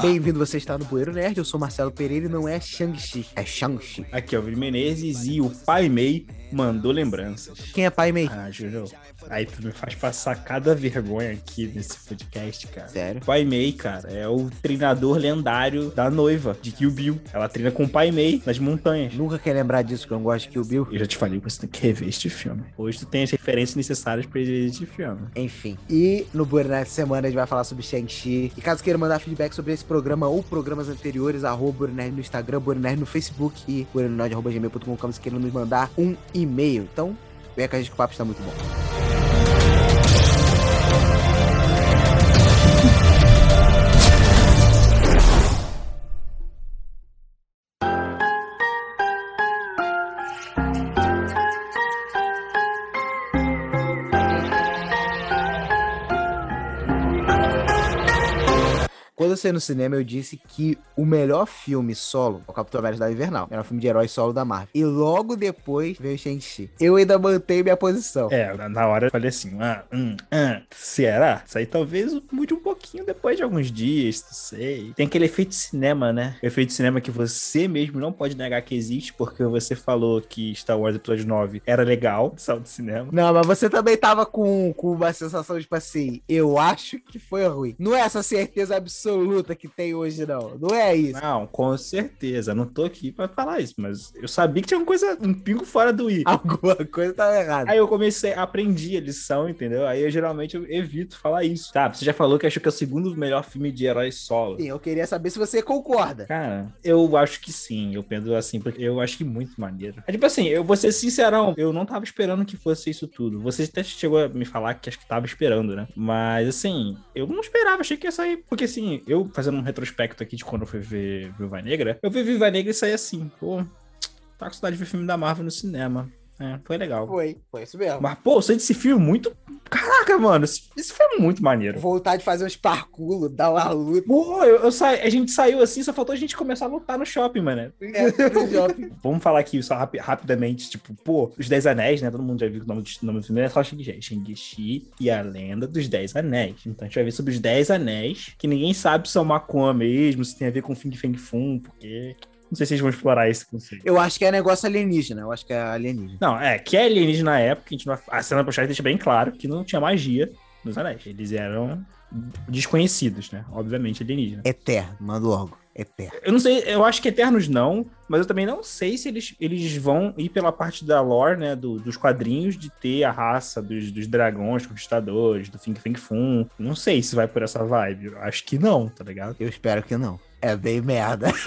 Bem-vindo, você está no Poeiro Nerd. Eu sou Marcelo Pereira e não é Shang-Chi, é Shang-Chi. Aqui é o Vini Menezes e o Pai Mei mandou lembranças. Quem é pai meio? Ah, Júlio, aí tu me faz passar cada vergonha aqui nesse podcast, cara. Sério? O Pai Mei, cara, é o treinador lendário da noiva de Kill Bill. Ela treina com o Pai Mei nas montanhas. Nunca quer lembrar disso que eu não gosto de Kill Bill. Eu já te falei que você tem que rever este filme. Hoje tu tem as referências necessárias pra rever este filme. Enfim. E no Poeiro Nerd essa semana a gente vai falar sobre Shang-Chi. E caso queira mandar feedback sobre esse programa ou programas anteriores, arroba Poeiro Nerd no Instagram, Poeiro Nerd no Facebook e poeironerd.gmail.com caso queira nos mandar um e-mail. Então, vem com a gente que o papo está muito bom. Quando eu saí no cinema, eu disse que o melhor filme solo é o Capitão América da Invernal. Era um filme de herói solo da Marvel. E logo depois veio Shang-Chi. Eu ainda mantenho minha posição. É, na- na hora eu falei assim, ah, hum, ah, será? Isso aí talvez mude um pouquinho depois de alguns dias, não sei. Tem aquele efeito cinema, né? O efeito cinema que você mesmo não pode negar que existe, porque você falou que Star Wars Episódio 9 era legal, saiu do cinema. Não, mas você também tava com, com uma sensação, tipo assim, eu acho que foi ruim. Não é essa certeza absoluta que tem hoje, não. Não é isso. Não, com certeza, não tô aqui pra falar isso, mas eu sabia que tinha uma coisa, um pingo fora do i. Alguma coisa tava errada. Aí eu comecei, aprendi a lição, entendeu? Aí eu geralmente eu evito falar isso. Tá, você já falou que achou que é o segundo melhor filme de herói solo. Sim, eu queria saber se você concorda. Cara, eu acho que sim. Eu penso assim, porque eu acho que muito maneiro. É tipo assim, eu vou ser sincerão, eu não tava esperando que fosse isso tudo. Você até chegou a me falar que acho que tava esperando, né? Mas assim, eu não esperava, achei que ia sair. Porque assim, eu fazendo um retrospecto aqui de quando eu fui ver Viva Negra, eu vi Viva Negra e saí assim, pô, tá com saudade de ver filme da Marvel no cinema. É, foi legal. Foi, foi isso mesmo. Mas, pô, eu sei desse filme muito. Caraca, mano, esse, esse filme é muito maneiro. Vontade de fazer uns parculos, dar uma luta. Pô, eu, eu sa- a gente saiu assim, só faltou a gente começar a lutar no shopping, mano. É, no shopping. Vamos falar aqui só rapi- rapidamente, tipo, pô, os Dez Anéis, né? Todo mundo já viu que o nome, do- nome do filme é só Shang-Chi. Shang-Chi e a Lenda dos Dez Anéis. Então a gente vai ver sobre os Dez Anéis, que ninguém sabe se é uma maconha mesmo, se tem a ver com Fing Feng Fum, porque... Não sei se eles vão explorar esse conceito. Eu acho que é negócio alienígena. Eu acho que é alienígena. Não, é, que é alienígena na época, a, gente não, a cena postagem deixa bem claro que não tinha magia nos anéis. Eles eram desconhecidos, né? Obviamente alienígena. Eterno, É manda É logo. Eterno. Eu não sei, eu acho que Eternos não, mas eu também não sei se eles, eles vão ir pela parte da lore, né, do- dos quadrinhos, de ter a raça dos, dos dragões, conquistadores, do Fing Fing Fum. Não sei se vai por essa vibe. Eu Acho que não, tá ligado? Eu espero que não. É bem merda.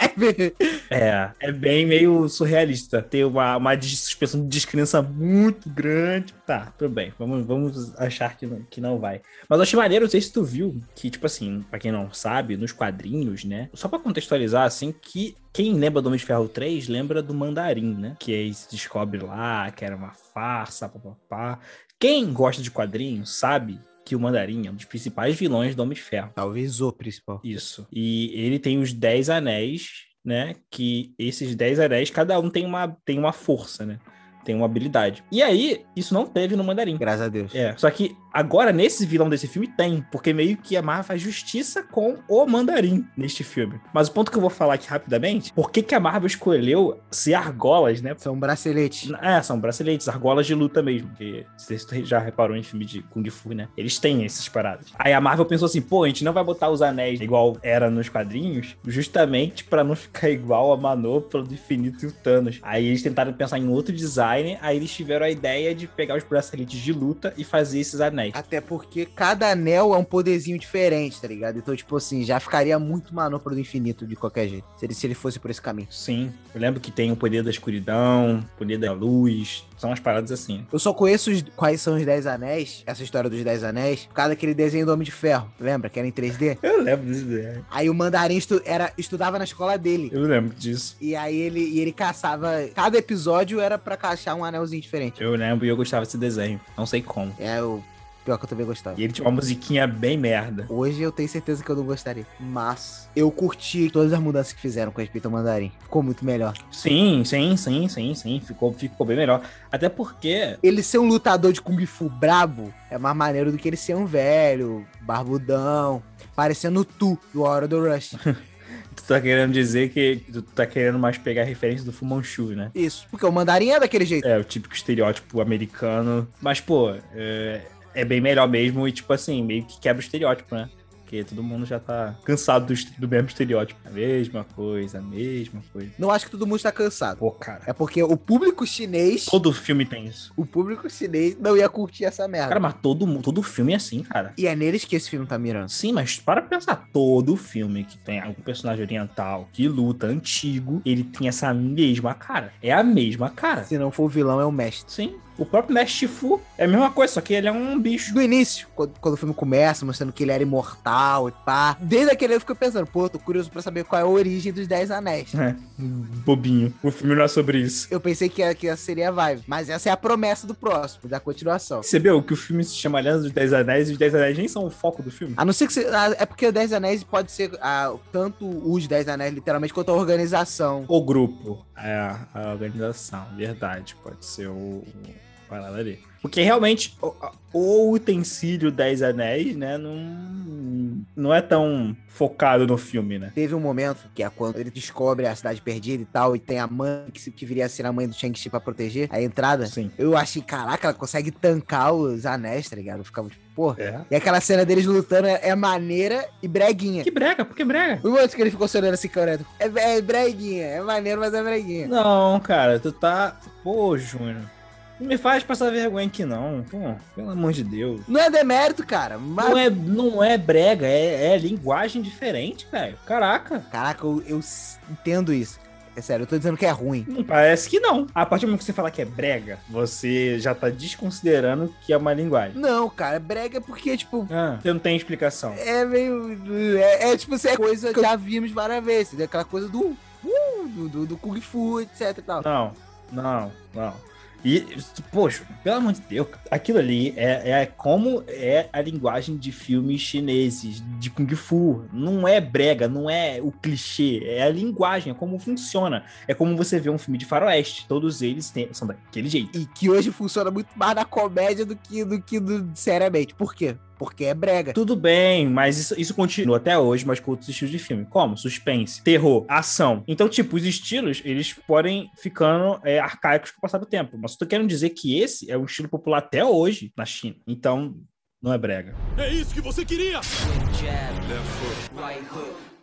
é bem... É, é bem meio surrealista. Ter uma, uma dis- suspensão de descrença muito grande. Tá, tudo bem. Vamos, vamos achar que não, que não vai. Mas eu achei maneiro, não sei se tu viu, que, tipo assim, pra quem não sabe, nos quadrinhos, né? Só pra contextualizar, assim, que quem lembra do Homem de Ferro 3 lembra do Mandarim, né? Que aí se descobre lá que era uma farsa, papapá. Quem gosta de quadrinhos sabe que o Mandarim é um dos principais vilões do Homem de Ferro. Talvez o principal. Isso. E ele tem os 10 anéis, né? Que esses 10 anéis, cada um tem uma, tem uma força, né? Tem uma habilidade. E aí, isso não teve no Mandarim. Graças a Deus. É. Só que agora, nesse vilão desse filme, tem. Porque meio que a Marvel faz justiça com o Mandarim neste filme. Mas o ponto que eu vou falar aqui rapidamente, por que, que a Marvel escolheu ser argolas, né? São braceletes. É, são braceletes, argolas de luta mesmo. Que se você já reparou em filme de Kung Fu, né? Eles têm essas paradas. Aí a Marvel pensou assim: pô, a gente não vai botar os anéis igual era nos quadrinhos, justamente pra não ficar igual a manopla do infinito e o Thanos. Aí eles tentaram pensar em outro design, aí eles tiveram a ideia de pegar os braceletes de luta e fazer esses anéis. Até porque cada anel é um poderzinho diferente, tá ligado? Então, tipo assim, já ficaria muito manopla do infinito de qualquer jeito. Se ele, se ele fosse por esse caminho. Sim, eu lembro que tem o poder da escuridão, o poder da luz, são umas paradas assim. Eu só conheço os- quais são os Dez Anéis, essa história dos Dez Anéis, por causa daquele desenho do Homem de Ferro. Lembra? Que era em 3D? Eu lembro disso, né? Aí o mandarim estu- era, estudava na escola dele. eu lembro disso. E aí ele, e ele caçava. Cada episódio era pra caçar um anelzinho diferente. Eu lembro e eu gostava desse desenho. Não sei como. É, eu Pior que eu também gostava. E ele tinha uma musiquinha bem merda. Hoje eu tenho certeza que eu não gostaria. Mas eu curti todas as mudanças que fizeram com respeito ao mandarim. Ficou muito melhor. Sim, sim, sim, sim, sim. Ficou, ficou bem melhor. Até porque. Ele ser um lutador de Kung Fu brabo é mais maneiro do que ele ser um velho, barbudão, parecendo tu do Hora do Rush. Tu tá querendo dizer que tu tá querendo mais pegar a referência do Fumanchu, né? Isso, porque o mandarim é daquele jeito. É o típico estereótipo americano. Mas, pô, é, é bem melhor mesmo e, tipo assim, meio que quebra o estereótipo, né? Porque todo mundo já tá cansado do, est- do mesmo estereótipo. A mesma coisa, a mesma coisa. Não acho que todo mundo está cansado. Pô, cara. É porque o público chinês. Todo filme tem isso. O público chinês não ia curtir essa merda. Cara, mas todo, mu- todo filme é assim, cara. E é neles que esse filme tá mirando. Sim, mas para pensar, todo filme que tem algum personagem oriental que luta antigo, ele tem essa mesma cara. É a mesma cara. Se não for o vilão, é o mestre. Sim. O próprio Mestre Shifu é a mesma coisa, só que ele é um bicho. Do início, quando, quando o filme começa, mostrando que ele era imortal e pá. Desde aquele eu fico pensando, pô, tô curioso pra saber qual é a origem dos Dez Anéis. É, bobinho. O filme não é sobre isso. Eu pensei que, que essa seria a vibe. Mas essa é a promessa do próximo, da continuação. Percebeu que o filme se chama Aliança dos Dez Anéis e os Dez Anéis nem são o foco do filme? A não ser que você, ah, É porque o Dez Anéis pode ser ah, tanto os Dez Anéis, literalmente, quanto a organização. O grupo, a, a organização, verdade, pode ser o, o parada ali. Porque realmente o, a- o utensílio 10 anéis, né, não, não é tão focado no filme, né? Teve um momento que é quando ele descobre a cidade perdida e tal, e tem a mãe que, se- que viria a ser a mãe do Shang-Chi pra proteger a entrada. Sim. Eu achei, caraca, ela consegue tancar os anéis, tá ligado? Eu ficava tipo, porra. É. E aquela cena deles lutando é, é maneira e breguinha. Que brega, por que brega? O momento que ele ficou chorando assim, correndo. É, é breguinha, é maneiro, mas é breguinha. Não, cara, tu tá. Pô, Júnior. Não me faz passar vergonha aqui, não. Pô, pelo amor de Deus. Não é demérito, cara, mas. Não é, não é brega, é, é linguagem diferente, velho. Caraca. Caraca, eu, eu s- entendo isso. É sério, eu tô dizendo que é ruim. Não parece que não. A partir do momento que você fala que é brega, você já tá desconsiderando que é uma linguagem. Não, cara, brega é porque, tipo. Ah, você não tem explicação. É meio. É, é, tipo, isso é coisa que já vimos várias vezes. entendeu? Aquela coisa do. uh, do, do, do Kung Fu, etc e tal. Não, não, não. E, poxa, pelo amor de Deus, cara. aquilo ali é, é como é a linguagem de filmes chineses, de Kung Fu. Não é brega, não é o clichê, é a linguagem, é como funciona. É como você vê um filme de faroeste, todos eles têm- são daquele jeito. E que hoje funciona muito mais na comédia do que, do que do, seriamente. Por quê? Porque é brega. Tudo bem, mas isso, isso continua até hoje, mas com outros estilos de filme. Como? Suspense, terror, ação. Então, tipo, os estilos, eles podem ficando é, arcaicos com o passar do tempo. Mas eu tô querendo dizer que esse é um estilo popular até hoje na China. Então, não é brega. É isso que você queria!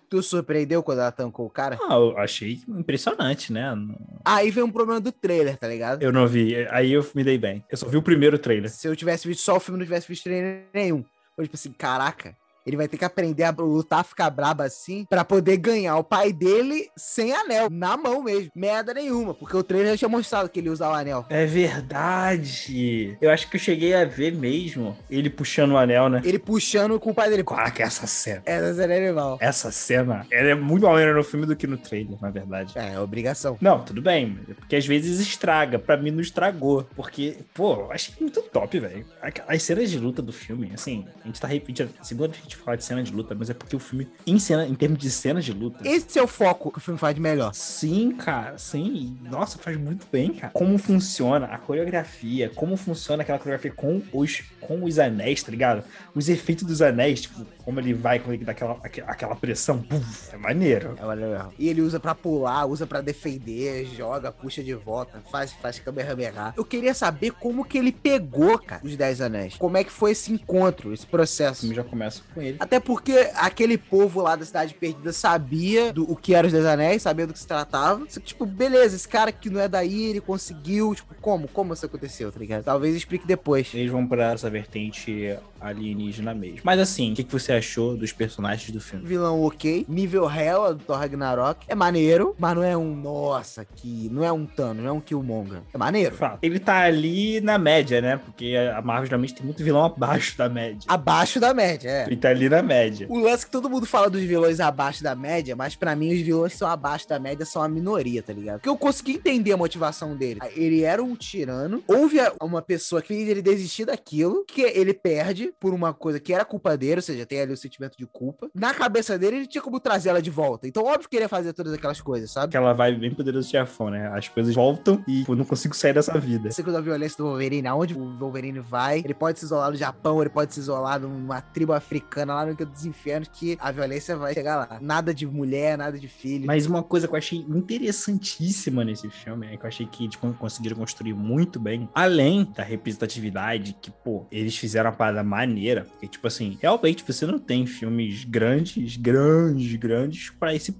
Tu surpreendeu quando ela tancou o cara? Ah, eu achei impressionante, né? Aí vem um problema do trailer, tá ligado? Eu não vi. Aí eu me dei bem. Eu só vi o primeiro trailer. Se eu tivesse visto só o filme, não tivesse visto trailer nenhum. Eu, tipo assim, caraca, ele vai ter que aprender a lutar, ficar brabo assim, pra poder ganhar o pai dele sem anel, na mão mesmo. Merda nenhuma, porque o trailer já tinha mostrado que ele ia usar o anel. É verdade. Eu acho que eu cheguei a ver mesmo ele puxando o anel, né? Ele puxando com o pai dele. Caraca, essa cena. Essa cena é animal. Essa cena, ela é muito maneira no filme do que no trailer, na verdade. É, é obrigação. Não, tudo bem, mas é porque às vezes estraga. Pra mim não estragou, porque, pô, eu achei muito top, velho. Aqu- As cenas de luta do filme, assim, a gente tá repetindo, segunda vez que a gente fala de cena de luta, mas é porque o filme, em, cena, em termos de cenas de luta. Esse é o foco que o filme faz de melhor. Sim, cara, sim. Nossa, faz muito bem, cara. Como funciona a coreografia, como funciona aquela coreografia com os, com os anéis, tá ligado? Os efeitos dos anéis, tipo, como ele vai, como ele dá aquela, aque- aquela pressão. puf, é maneiro. É maneiro mesmo. E ele usa pra pular, usa pra defender, joga, puxa de volta, faz, faz Kamehameha. Eu queria saber como que ele pegou, cara, os Dez Anéis. Como é que foi esse encontro, esse O processo? filme já começa com ele. Até porque aquele povo lá da Cidade Perdida sabia do o que era os Dez Anéis, sabia do que se tratava. Só que, tipo, beleza, esse cara que não é daí, ele conseguiu. Tipo, como? Como isso aconteceu, tá ligado? Talvez explique depois. Eles vão pra essa vertente alienígena mesmo. Mas assim, o que, que você achou dos personagens do filme? vilão ok, nível Hela do Thor Ragnarok, é maneiro, mas não é um, nossa, que não é um Thanos, não é um Killmonger, é maneiro. Fala. Ele tá ali na média, né? Porque a Marvel geralmente tem muito vilão abaixo da média. Abaixo da média, é. E tá ali na média. O lance que todo mundo fala dos vilões abaixo da média, mas pra mim os vilões que são abaixo da média são a minoria, tá ligado? Porque eu consegui entender a motivação dele. Ele era um tirano, houve a- uma pessoa que fez ele desistir daquilo, que ele perde por uma coisa que era culpa dele, ou seja, tem ali o sentimento de culpa. Na cabeça dele, ele tinha como trazer ela de volta. Então, óbvio que ele ia fazer todas aquelas coisas, sabe? Aquela vibe bem poderosa do Tiafão, né? As coisas voltam e tipo, eu não consigo sair dessa vida. O ciclo da violência do Wolverine, aonde o Wolverine vai, ele pode se isolar no Japão, ele pode se isolar numa tribo africana lá no canto dos infernos, que a violência vai chegar lá. Nada de mulher, nada de filho. Mas uma coisa que eu achei interessantíssima nesse filme, é que eu achei que eles con- conseguiram construir muito bem, além da representatividade, que, pô, eles fizeram uma parada maneira, porque, tipo assim, realmente você não tem filmes grandes, grandes, grandes pra esse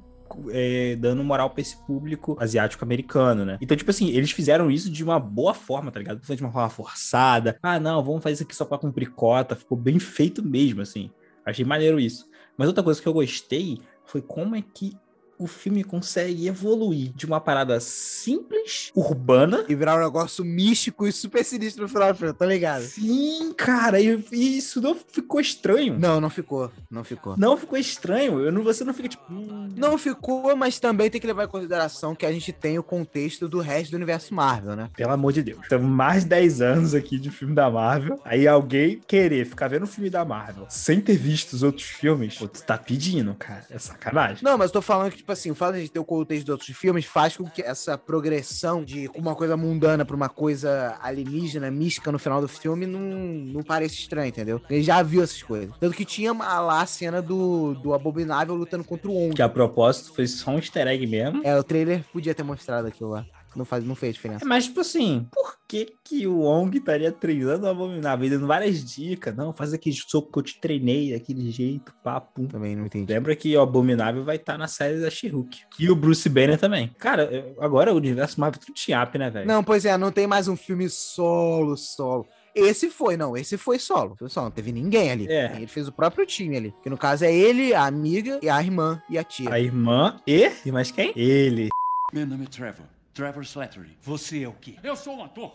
é, dando moral pra esse público asiático-americano, né? Então, tipo assim, eles fizeram isso de uma boa forma, tá ligado? Não foi de uma forma forçada. Ah, não, vamos fazer isso aqui só pra cumprir cota. Ficou bem feito mesmo, assim. Achei maneiro isso. Mas outra coisa que eu gostei foi como é que o filme consegue evoluir de uma parada simples, urbana. E virar um negócio místico e super sinistro no final do filme, tá ligado? Sim, cara, e e isso não ficou estranho. Não, não ficou. Não ficou. Não ficou estranho. Eu não, você não fica tipo. "Hum, Não ficou, mas também tem que levar em consideração que a gente tem o contexto do resto do universo Marvel, né? Pelo amor de Deus. Estamos mais de 10 anos aqui de filme da Marvel. Aí alguém querer ficar vendo um filme da Marvel sem ter visto os outros filmes, pô, tu tá pedindo, cara. É sacanagem. Não, mas eu tô falando que, tipo assim, o fato de ter o contexto de outros filmes faz com que essa progressão de uma coisa mundana pra uma coisa alienígena, mística no final do filme não, não pareça estranho, entendeu? Ele já viu essas coisas. Tanto que tinha lá a cena do, do Abominável lutando contra o Onde. Que a propósito foi só um easter egg mesmo. É, o trailer podia ter mostrado aquilo lá. Não, faz, não fez diferença. É, Mas, tipo assim, por que que o Ong estaria treinando o Abominável? e Dando várias dicas. Não, faz aquele soco que eu te treinei daquele jeito, papo. Também não entendi. Lembra que o Abominável vai estar na série da She-Hulk. E o Bruce Banner também. Cara, eu- agora o universo Marvel tudo te up, né, velho? Não, pois é, não tem mais um filme solo, solo. Esse foi, não, esse foi solo. Foi solo, não teve ninguém ali. É. Ele fez o próprio time ali. Que no caso é ele, a amiga, e a irmã e a tia. A irmã e... E mais quem? Ele. Meu nome é Trevor. Trevor Slattery. Você é o quê? Eu sou um ator.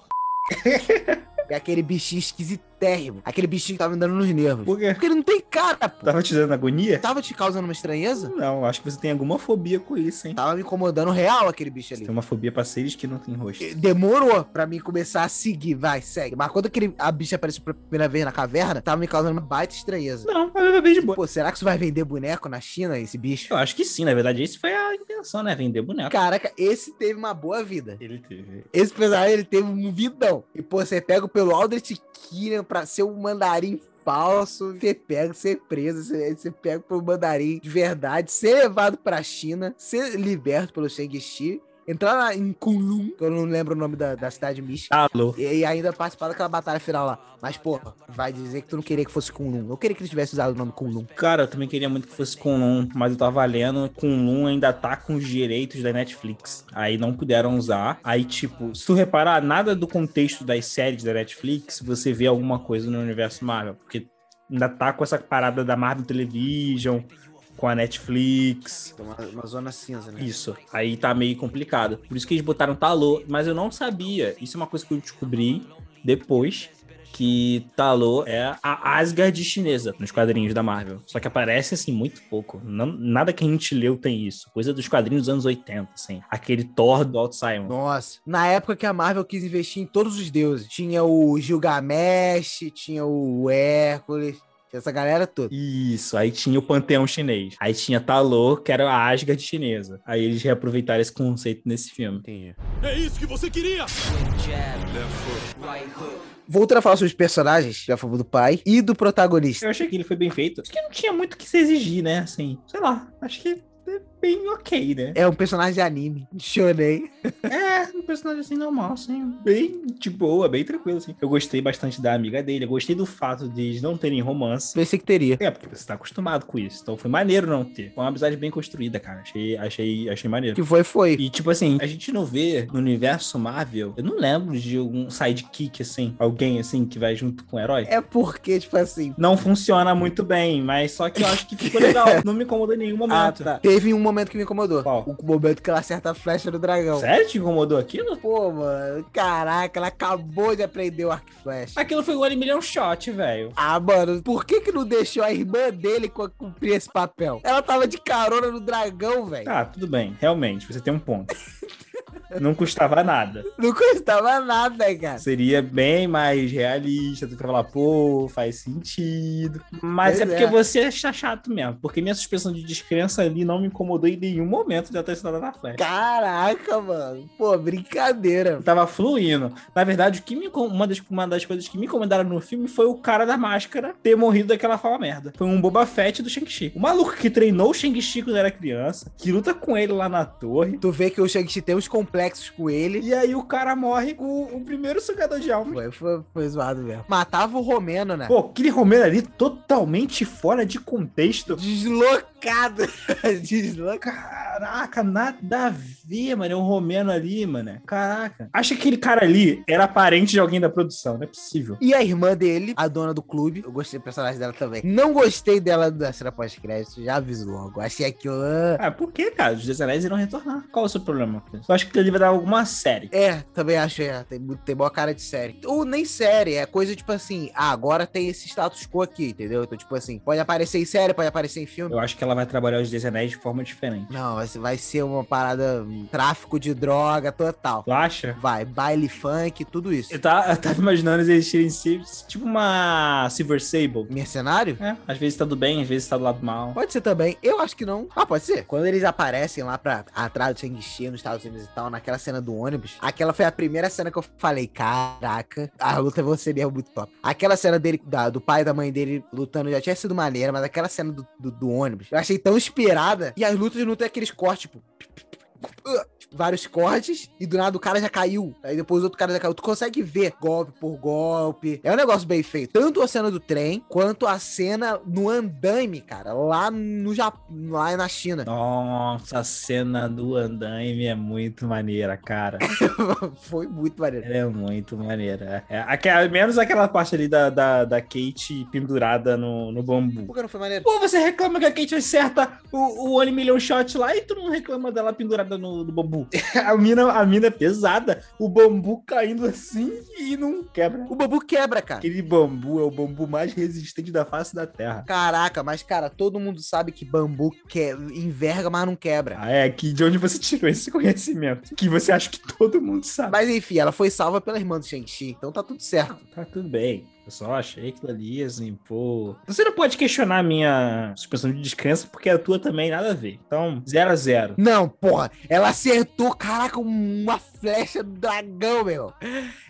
É aquele bichinho esquisitérrimo. Aquele bichinho que tava me dando nos nervos. Por quê? Porque ele não tem cara, pô. Tava te dando agonia? Tava te causando uma estranheza? Não, acho que você tem alguma fobia com isso, hein? Tava me incomodando real aquele bicho Você ali. tem uma fobia pra seres que não tem rosto. E Demorou pra mim começar a seguir, vai, segue. Mas quando aquele, a bicha apareceu pela primeira vez na caverna, tava me causando uma baita estranheza. Não, mas é bem de boa. Pô, será que isso vai vender boneco na China, esse bicho? Eu acho que sim, na verdade, isso foi a intenção, né? Vender boneco. Caraca, esse teve uma boa vida. Ele teve. Esse personagem, ele teve um vidão. E, pô, você pega pelo Aldrich Killian pra ser um mandarim falso. Você pega, você é preso. Você, você pega pelo mandarim de verdade. Ser levado pra China. Ser liberto pelo Shang-Chi. Entrar na- em Kunlun, que eu não lembro o nome da, da cidade mística. Alô. E, e ainda participar daquela batalha final lá. Mas, pô, vai dizer que tu não queria que fosse Kunlun. Eu queria que ele tivesse usado o nome Kunlun. Cara, eu também queria muito que fosse Kunlun, mas eu tava lendo, Kunlun ainda tá com os direitos da Netflix. Aí não puderam usar. Aí, tipo, se tu reparar, nada do contexto das séries da Netflix, você vê alguma coisa no universo Marvel, porque ainda tá com essa parada da Marvel Television, com a Netflix. Então, uma, uma zona cinza, né? Isso. Aí tá meio complicado. Por isso que eles botaram Talô, mas eu não sabia. Isso é uma coisa que eu descobri depois. Que Talô é a Asgard chinesa nos quadrinhos da Marvel. Só que aparece assim muito pouco. Não- nada que a gente leu tem isso. Coisa dos quadrinhos dos anos 80, assim. Aquele Thor do Alt Simon. Nossa, na época que a Marvel quis investir em todos os deuses. Tinha o Gilgamesh, tinha o Hércules, tinha essa galera toda. Isso, aí tinha o panteão chinês. Aí tinha Talô, que era a Asgard chinesa. Aí eles reaproveitaram esse conceito nesse filme. Entendi. É isso que você queria! Voltando a falar sobre os personagens, já falamos do pai e do protagonista. Eu achei que ele foi bem feito. Acho que não tinha muito o que se exigir, né? Assim, sei lá. Acho que é bem ok, né? É um personagem de anime, de shonen. É, um personagem assim normal, assim. Bem de boa, bem tranquilo, assim. Eu gostei bastante da amiga dele. Eu gostei do fato de eles não terem romance. Pensei que teria. É, porque você tá acostumado com isso. Então foi maneiro não ter. Foi uma amizade bem construída, cara. Achei, achei, achei maneiro. Que foi, foi. E, tipo assim, a gente não vê no universo Marvel, eu não lembro de algum sidekick, assim, alguém, assim, que vai junto com o herói. É porque, tipo assim, não funciona muito bem, mas só que eu acho que ficou legal. não me incomodou em nenhum momento. teve um momento que me incomodou. Qual? O momento que ela acerta a flecha do dragão. Sério? Te incomodou aquilo? Pô, mano, caraca, ela acabou de aprender o arco e flecha. Aquilo foi o One Million Shot, velho. Ah, mano, por que que não deixou a irmã dele co- cumprir esse papel? Ela tava de carona no dragão, velho. Tá, tudo bem. Realmente, você tem um ponto. Não custava nada. Não custava nada, né, cara. Seria bem mais realista. Tu falar, pô, faz sentido. Mas Pois é porque é. você acha chato mesmo. Porque minha suspensão de descrença ali não me incomodou em nenhum momento de eu ter assinado na flecha. Caraca, mano. Pô, brincadeira. Eu tava fluindo. Na verdade, o que me, incom- uma, das, uma das coisas que me incomodaram no filme foi o cara da máscara ter morrido daquela forma merda. Foi um Boba Fett do Shang-Chi. O maluco que treinou o Shang-Chi quando era criança, que luta com ele lá na torre. Tu vê que o Shang-Chi tem uns complexos com ele. E aí o cara morre com o primeiro sugador de alma. Foi, foi, foi zoado mesmo. Matava o romeno, né? Pô, aquele Romero ali totalmente fora de contexto. Deslocado. Deslocado. Caraca, nada a ver, mano. É um romeno ali, mano. Caraca. Acha que aquele cara ali era parente de alguém da produção. Não é possível. E a irmã dele, a dona do clube, eu gostei do personagem dela também. Não gostei dela da cena pós-crédito, já aviso logo. Achei aquilo. ah, Ah, por que, cara? Os Dez Anéis irão retornar. Qual é o seu problema com isso? Eu acho que ele vai dar alguma série. É, também acho, é. Tem, muito- tem boa cara de série. Ou nem série, é coisa tipo assim, ah, agora tem esse status quo aqui, entendeu? Então, tipo assim, pode aparecer em série, pode aparecer em filme. Eu acho que ela vai trabalhar os Dez Anéis de forma diferente. Não, vai ser- vai ser uma parada, um tráfico de droga total. Tu acha? Vai, baile funk, tudo isso. Eu tava, eu tava imaginando eles existirem si- tipo uma Silver Sable. Mercenário? É, às vezes tá do bem, às vezes tá do lado mal. Pode ser também. Eu acho que não. Ah, pode ser. Quando eles aparecem lá pra atrás do Shang-Chi nos Estados Unidos e tal, naquela cena do ônibus, aquela foi a primeira cena que eu falei: caraca, a luta seria muito top. Aquela cena dele, da- do pai e da mãe dele lutando já tinha sido maneira, mas aquela cena do, do- do ônibus, eu achei tão inspirada. E as lutas não tem aqueles cortes, tipo. Vários cortes e do nada o cara já caiu. Aí depois o outro cara já caiu. Tu consegue ver golpe por golpe. É um negócio bem feito. Tanto a cena do trem quanto a cena no andaime, cara. Lá no Japão, lá na China. Nossa, a cena do andaime é muito maneira, cara. Foi muito maneiro. Ela é muito maneira. É, aquela- menos aquela parte ali da, da, da Kate pendurada no, no bambu. Por que não foi maneiro? Pô, você reclama que a Kate acerta o, o One Million Shot lá e tu não reclama dela pendurada no, no bambu. A mina, a mina é pesada. O bambu caindo assim e não quebra. O bambu quebra, cara. Aquele bambu é o bambu mais resistente da face da Terra. Caraca, mas cara, todo mundo sabe que bambu que... enverga, mas não quebra. Ah, é que de onde você tirou esse conhecimento? Que você acha que todo mundo sabe. Mas enfim, ela foi salva pela irmã do Shang-Chi, então tá tudo certo. Tá tudo bem. Eu só achei aquilo ali, assim, pô. Você não pode questionar a minha suspensão de descrença, porque a tua também nada a ver. Então, zero a zero. Não, porra, ela acertou, caraca, uma flecha do dragão, meu.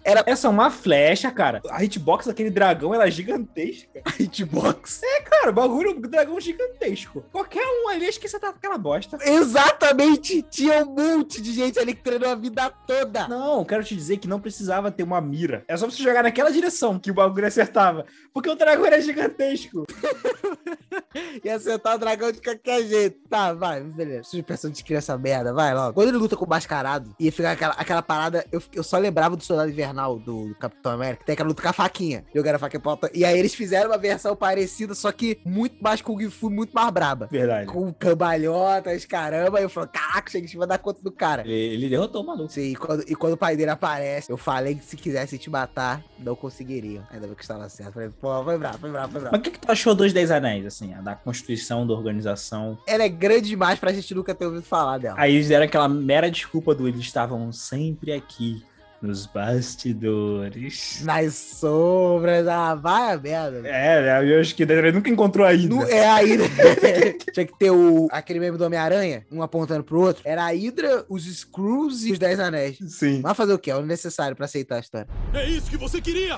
Era Essa é uma flecha, cara. A hitbox daquele dragão, ela é gigantesca. É, hitbox. Cara, o bagulho, o dragão gigantesco. Qualquer um ali esquece aquela bosta. Exatamente, tinha um monte de gente ali que treinou a vida toda. Não, quero te dizer que não precisava ter uma mira. É só você jogar naquela direção que o bagulho acertava. Porque o dragão era gigantesco. Ia acertar o dragão de qualquer jeito. Tá, vai, beleza. Suspensão de criança merda, vai logo. Quando ele luta com o mascarado, ia ficar aquela, aquela parada. Eu, fiquei- eu só lembrava do Soldado Invernal do Capitão América, que tem aquela luta com a faquinha. Jogaram a faca em pauta. E aí eles fizeram uma versão parecida, só que muito mais Kung Fu, muito mais braba. Verdade. Com cambalhotas, caramba. E eu falei, caraca, chega, a gente vai dar conta do cara. Ele, ele derrotou o maluco. Sim, e quando, e quando o pai dele aparece, eu falei que se quisesse te matar, não conseguiria. Ainda bem que estava certo. Falei, pô, foi brabo, foi brabo, foi brabo. Mas o que, que tu achou dos Dez Anéis, assim? A da constituição, da organização? Ela é grande demais pra gente nunca ter ouvido falar dela. Aí eles deram aquela mera desculpa do eles estavam sempre aqui, nos bastidores. Nas sombras, ah, vai a merda. velho. É, né? eu acho que o Dez Anéis nunca encontrou ainda. Não é a Hydra. Tinha que ter o, aquele meme do Homem-Aranha, um apontando pro outro. Era a Hydra, os Screws e os Dez Anéis. Sim. Mas fazer o quê? É o necessário pra aceitar a história. É isso que você queria!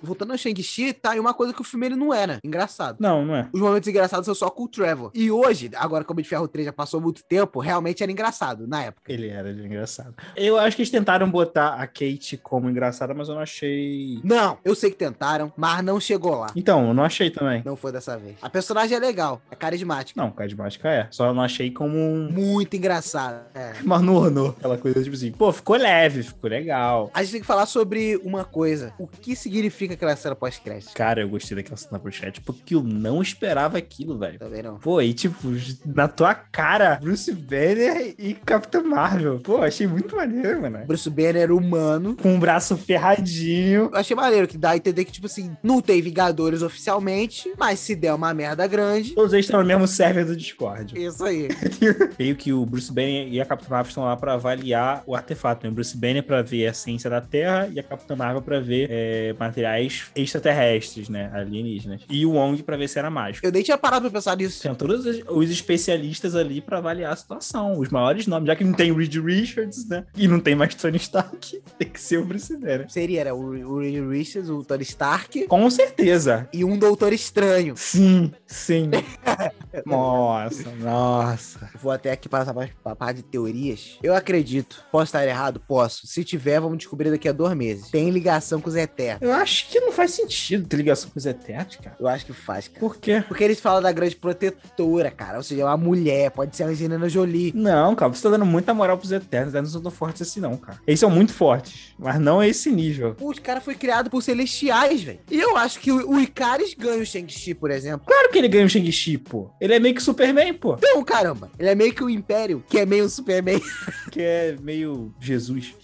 Voltando ao Shang-Chi, tá aí uma coisa que o filme ele não era. Engraçado. Não, não é. Os momentos engraçados são só com o Trevor. E hoje, agora que o Homem de Ferro 3 já passou muito tempo, realmente era engraçado na época. Ele era de engraçado. Eu acho que eles tentaram botar a Kate como engraçada, mas eu não achei. Não, eu sei que tentaram, mas não chegou lá. Então, eu não achei também. Não foi dessa vez. A personagem é legal, é carismática. Não, carismática é. Só eu não achei como um. Muito engraçada. É. Mano, Aquela coisa tipo assim, pô, ficou leve, ficou legal. A gente tem que falar sobre sobre uma coisa. O que significa aquela cena pós-crédito? Cara, eu gostei daquela cena pro chat, porque eu não esperava aquilo, velho. Também não. Pô, e tipo, na tua cara, Bruce Banner e Capitão Marvel. Pô, achei muito maneiro, mano. Bruce Banner humano. Com o braço ferradinho. Eu achei maneiro que dá a entender que, tipo assim, não tem Vingadores oficialmente, mas se der uma merda grande, Todos eles estão no mesmo server do Discord. isso aí. Meio que o Bruce Banner e a Capitã Marvel estão lá pra avaliar o artefato, né? O Bruce Banner pra ver a ciência da Terra e a Capitã Marvel pra ver é, materiais extraterrestres, né? Alienígenas. E o Wong pra ver se era mágico. Eu nem tinha parado pra pensar nisso. Tinha todos os- os especialistas ali pra avaliar a situação, os maiores nomes, já que não tem Reed Richards, né? E não tem mais Tony Stark, tem que ser o Bruce Banner. Seria, era o o Reed Richards, o Tony Stark Com certeza. e um Doutor Estranho. Sim, sim. nossa, nossa. Vou até aqui passar mais pra parte de teorias. Eu acredito. Posso estar errado? Posso. Se tiver, vamos descobrir daqui a dois meses. Tem ligação com os Eternos. Eu acho que não faz sentido ter ligação com os Eternos, cara. Eu acho que faz, cara. Por quê? Porque eles falam da grande protetora, cara. Ou seja, é uma mulher, pode ser a Angelina Jolie. Não, cara, você tá dando muita moral pros Eternos. Os Eternos não são tão fortes assim, não, cara. Eles são muito fortes, mas não é esse nível. Pô, Os cara foi criado por celestiais, velho. E eu acho que o o Icaris ganha o Shang-Chi, por exemplo. Claro que ele ganha o Shang-Chi, pô. Ele é meio que Superman, pô. Então, caramba, ele é meio que o Império, que é meio Superman. Que é meio Jesus.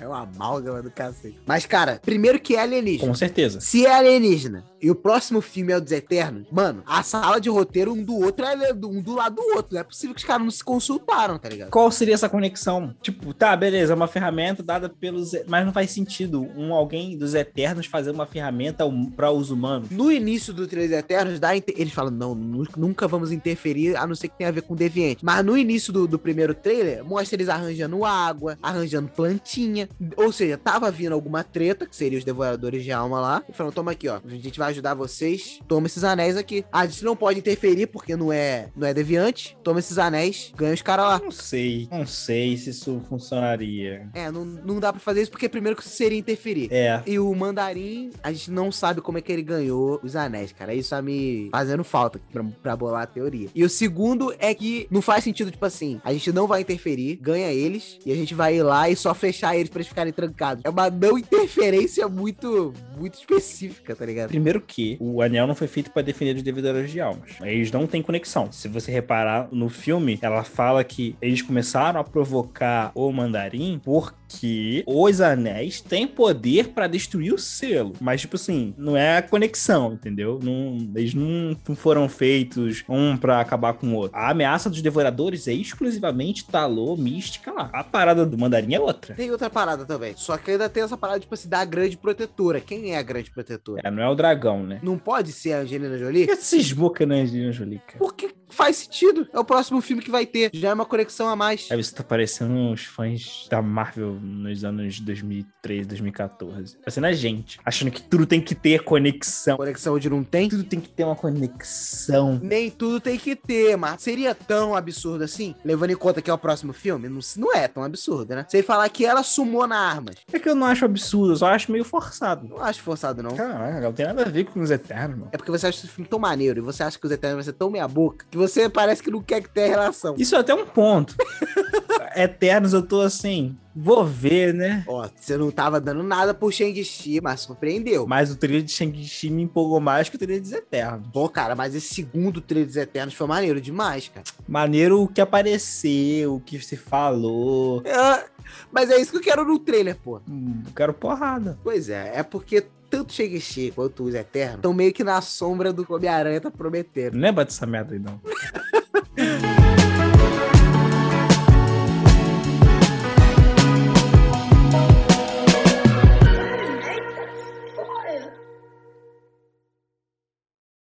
É uma amálgama do cacete. Mas, cara, primeiro que é alienígena. Com certeza. Se é alienígena e o próximo filme é o dos Eternos, mano, a sala de roteiro um do outro é do- um do lado do outro. Não é possível que os caras não se consultaram, tá ligado? qual seria essa conexão? Tipo, tá, beleza, é uma ferramenta dada pelos. Mas não faz sentido um alguém dos Eternos fazer uma ferramenta hum- pra os humanos. No início do Três Eternos, dá a inte- eles falam, não, nu- nunca vamos interferir, a não ser que tenha a ver com Deviante. Mas no início do, do primeiro trailer, mostra eles arranjando água, arranjando plantinha. Ou seja, tava vindo alguma treta, que seria os Devoradores de Alma lá. E falam, toma aqui, ó, a gente vai ajudar vocês, toma esses anéis aqui. Ah, A gente não pode interferir, porque não é, não é Deviante. Toma esses anéis, ganha os caras lá. Não sei, não sei se isso funcionaria. É, não, não dá pra fazer isso, porque primeiro que isso seria interferir. É. E o Mandarim, a gente não sabe como é que ele ganhou os anéis, cara. Isso tá me fazendo falta pra, pra bolar a teoria. E o segundo é que não faz sentido, tipo assim, a gente não vai interferir, ganha eles, e a gente vai ir lá e só fechar eles pra eles ficarem trancados. É uma não interferência muito, muito específica, tá ligado? Primeiro que o anel não foi feito pra defender os devedores de almas. Eles não têm conexão. Se você reparar no filme, ela fala que eles começaram a provocar o mandarim porque os anéis têm poder pra destruir o selo. Mas, tipo assim, não é a conexão, entendeu? Não- eles não, não foram feitos um pra acabar com o outro. A ameaça dos devoradores é exclusivamente Talô, Mística lá. A parada do mandarim é outra. Tem outra parada também. Só que ainda tem essa parada, tipo assim, da grande protetora. Quem é a grande protetora? É, não é o dragão, né? Não pode ser a Angelina Por Jolie? que cismou que não é Angelina Jolie, cara? Porque faz sentido. É o próximo filme que vai ter. Já é uma conexão a mais. Aí você tá parecendo os fãs da Marvel nos anos 2013, 2014. Tá Parecendo a gente, achando que tudo tem que ter conexão. Conexão onde não tem. Tudo tem que ter uma conexão. Nem tudo tem que ter, mas seria tão absurdo assim? Levando em conta que é o próximo filme, não, não é tão absurdo, né? Sem falar que ela sumou na armas. É que eu não acho absurdo, eu só acho meio forçado. Não acho forçado, não. Caralho, não tem nada a ver com os Eternos, mano. É porque você acha esse filme tão maneiro e você acha que os Eternos vai ser tão meia boca que você parece que não quer que tenha relação. Isso é até um ponto. Eternos, eu tô assim, vou ver, né? Ó, você não tava dando nada pro Shang-Chi, mas surpreendeu. Mas o trilho de Shang-Chi me empolgou mais que o trilho dos Eternos. Pô, cara, mas esse segundo trailer dos Eternos foi maneiro demais, cara. Maneiro o que apareceu, o que se falou. Ah, mas é isso que eu quero no trailer, pô. Hum, quero porrada. Pois é, é porque tanto Shang-Chi quanto os Eternos estão meio que na sombra do que o Homem-Aranha tá prometendo. Não é bater essa merda aí, não.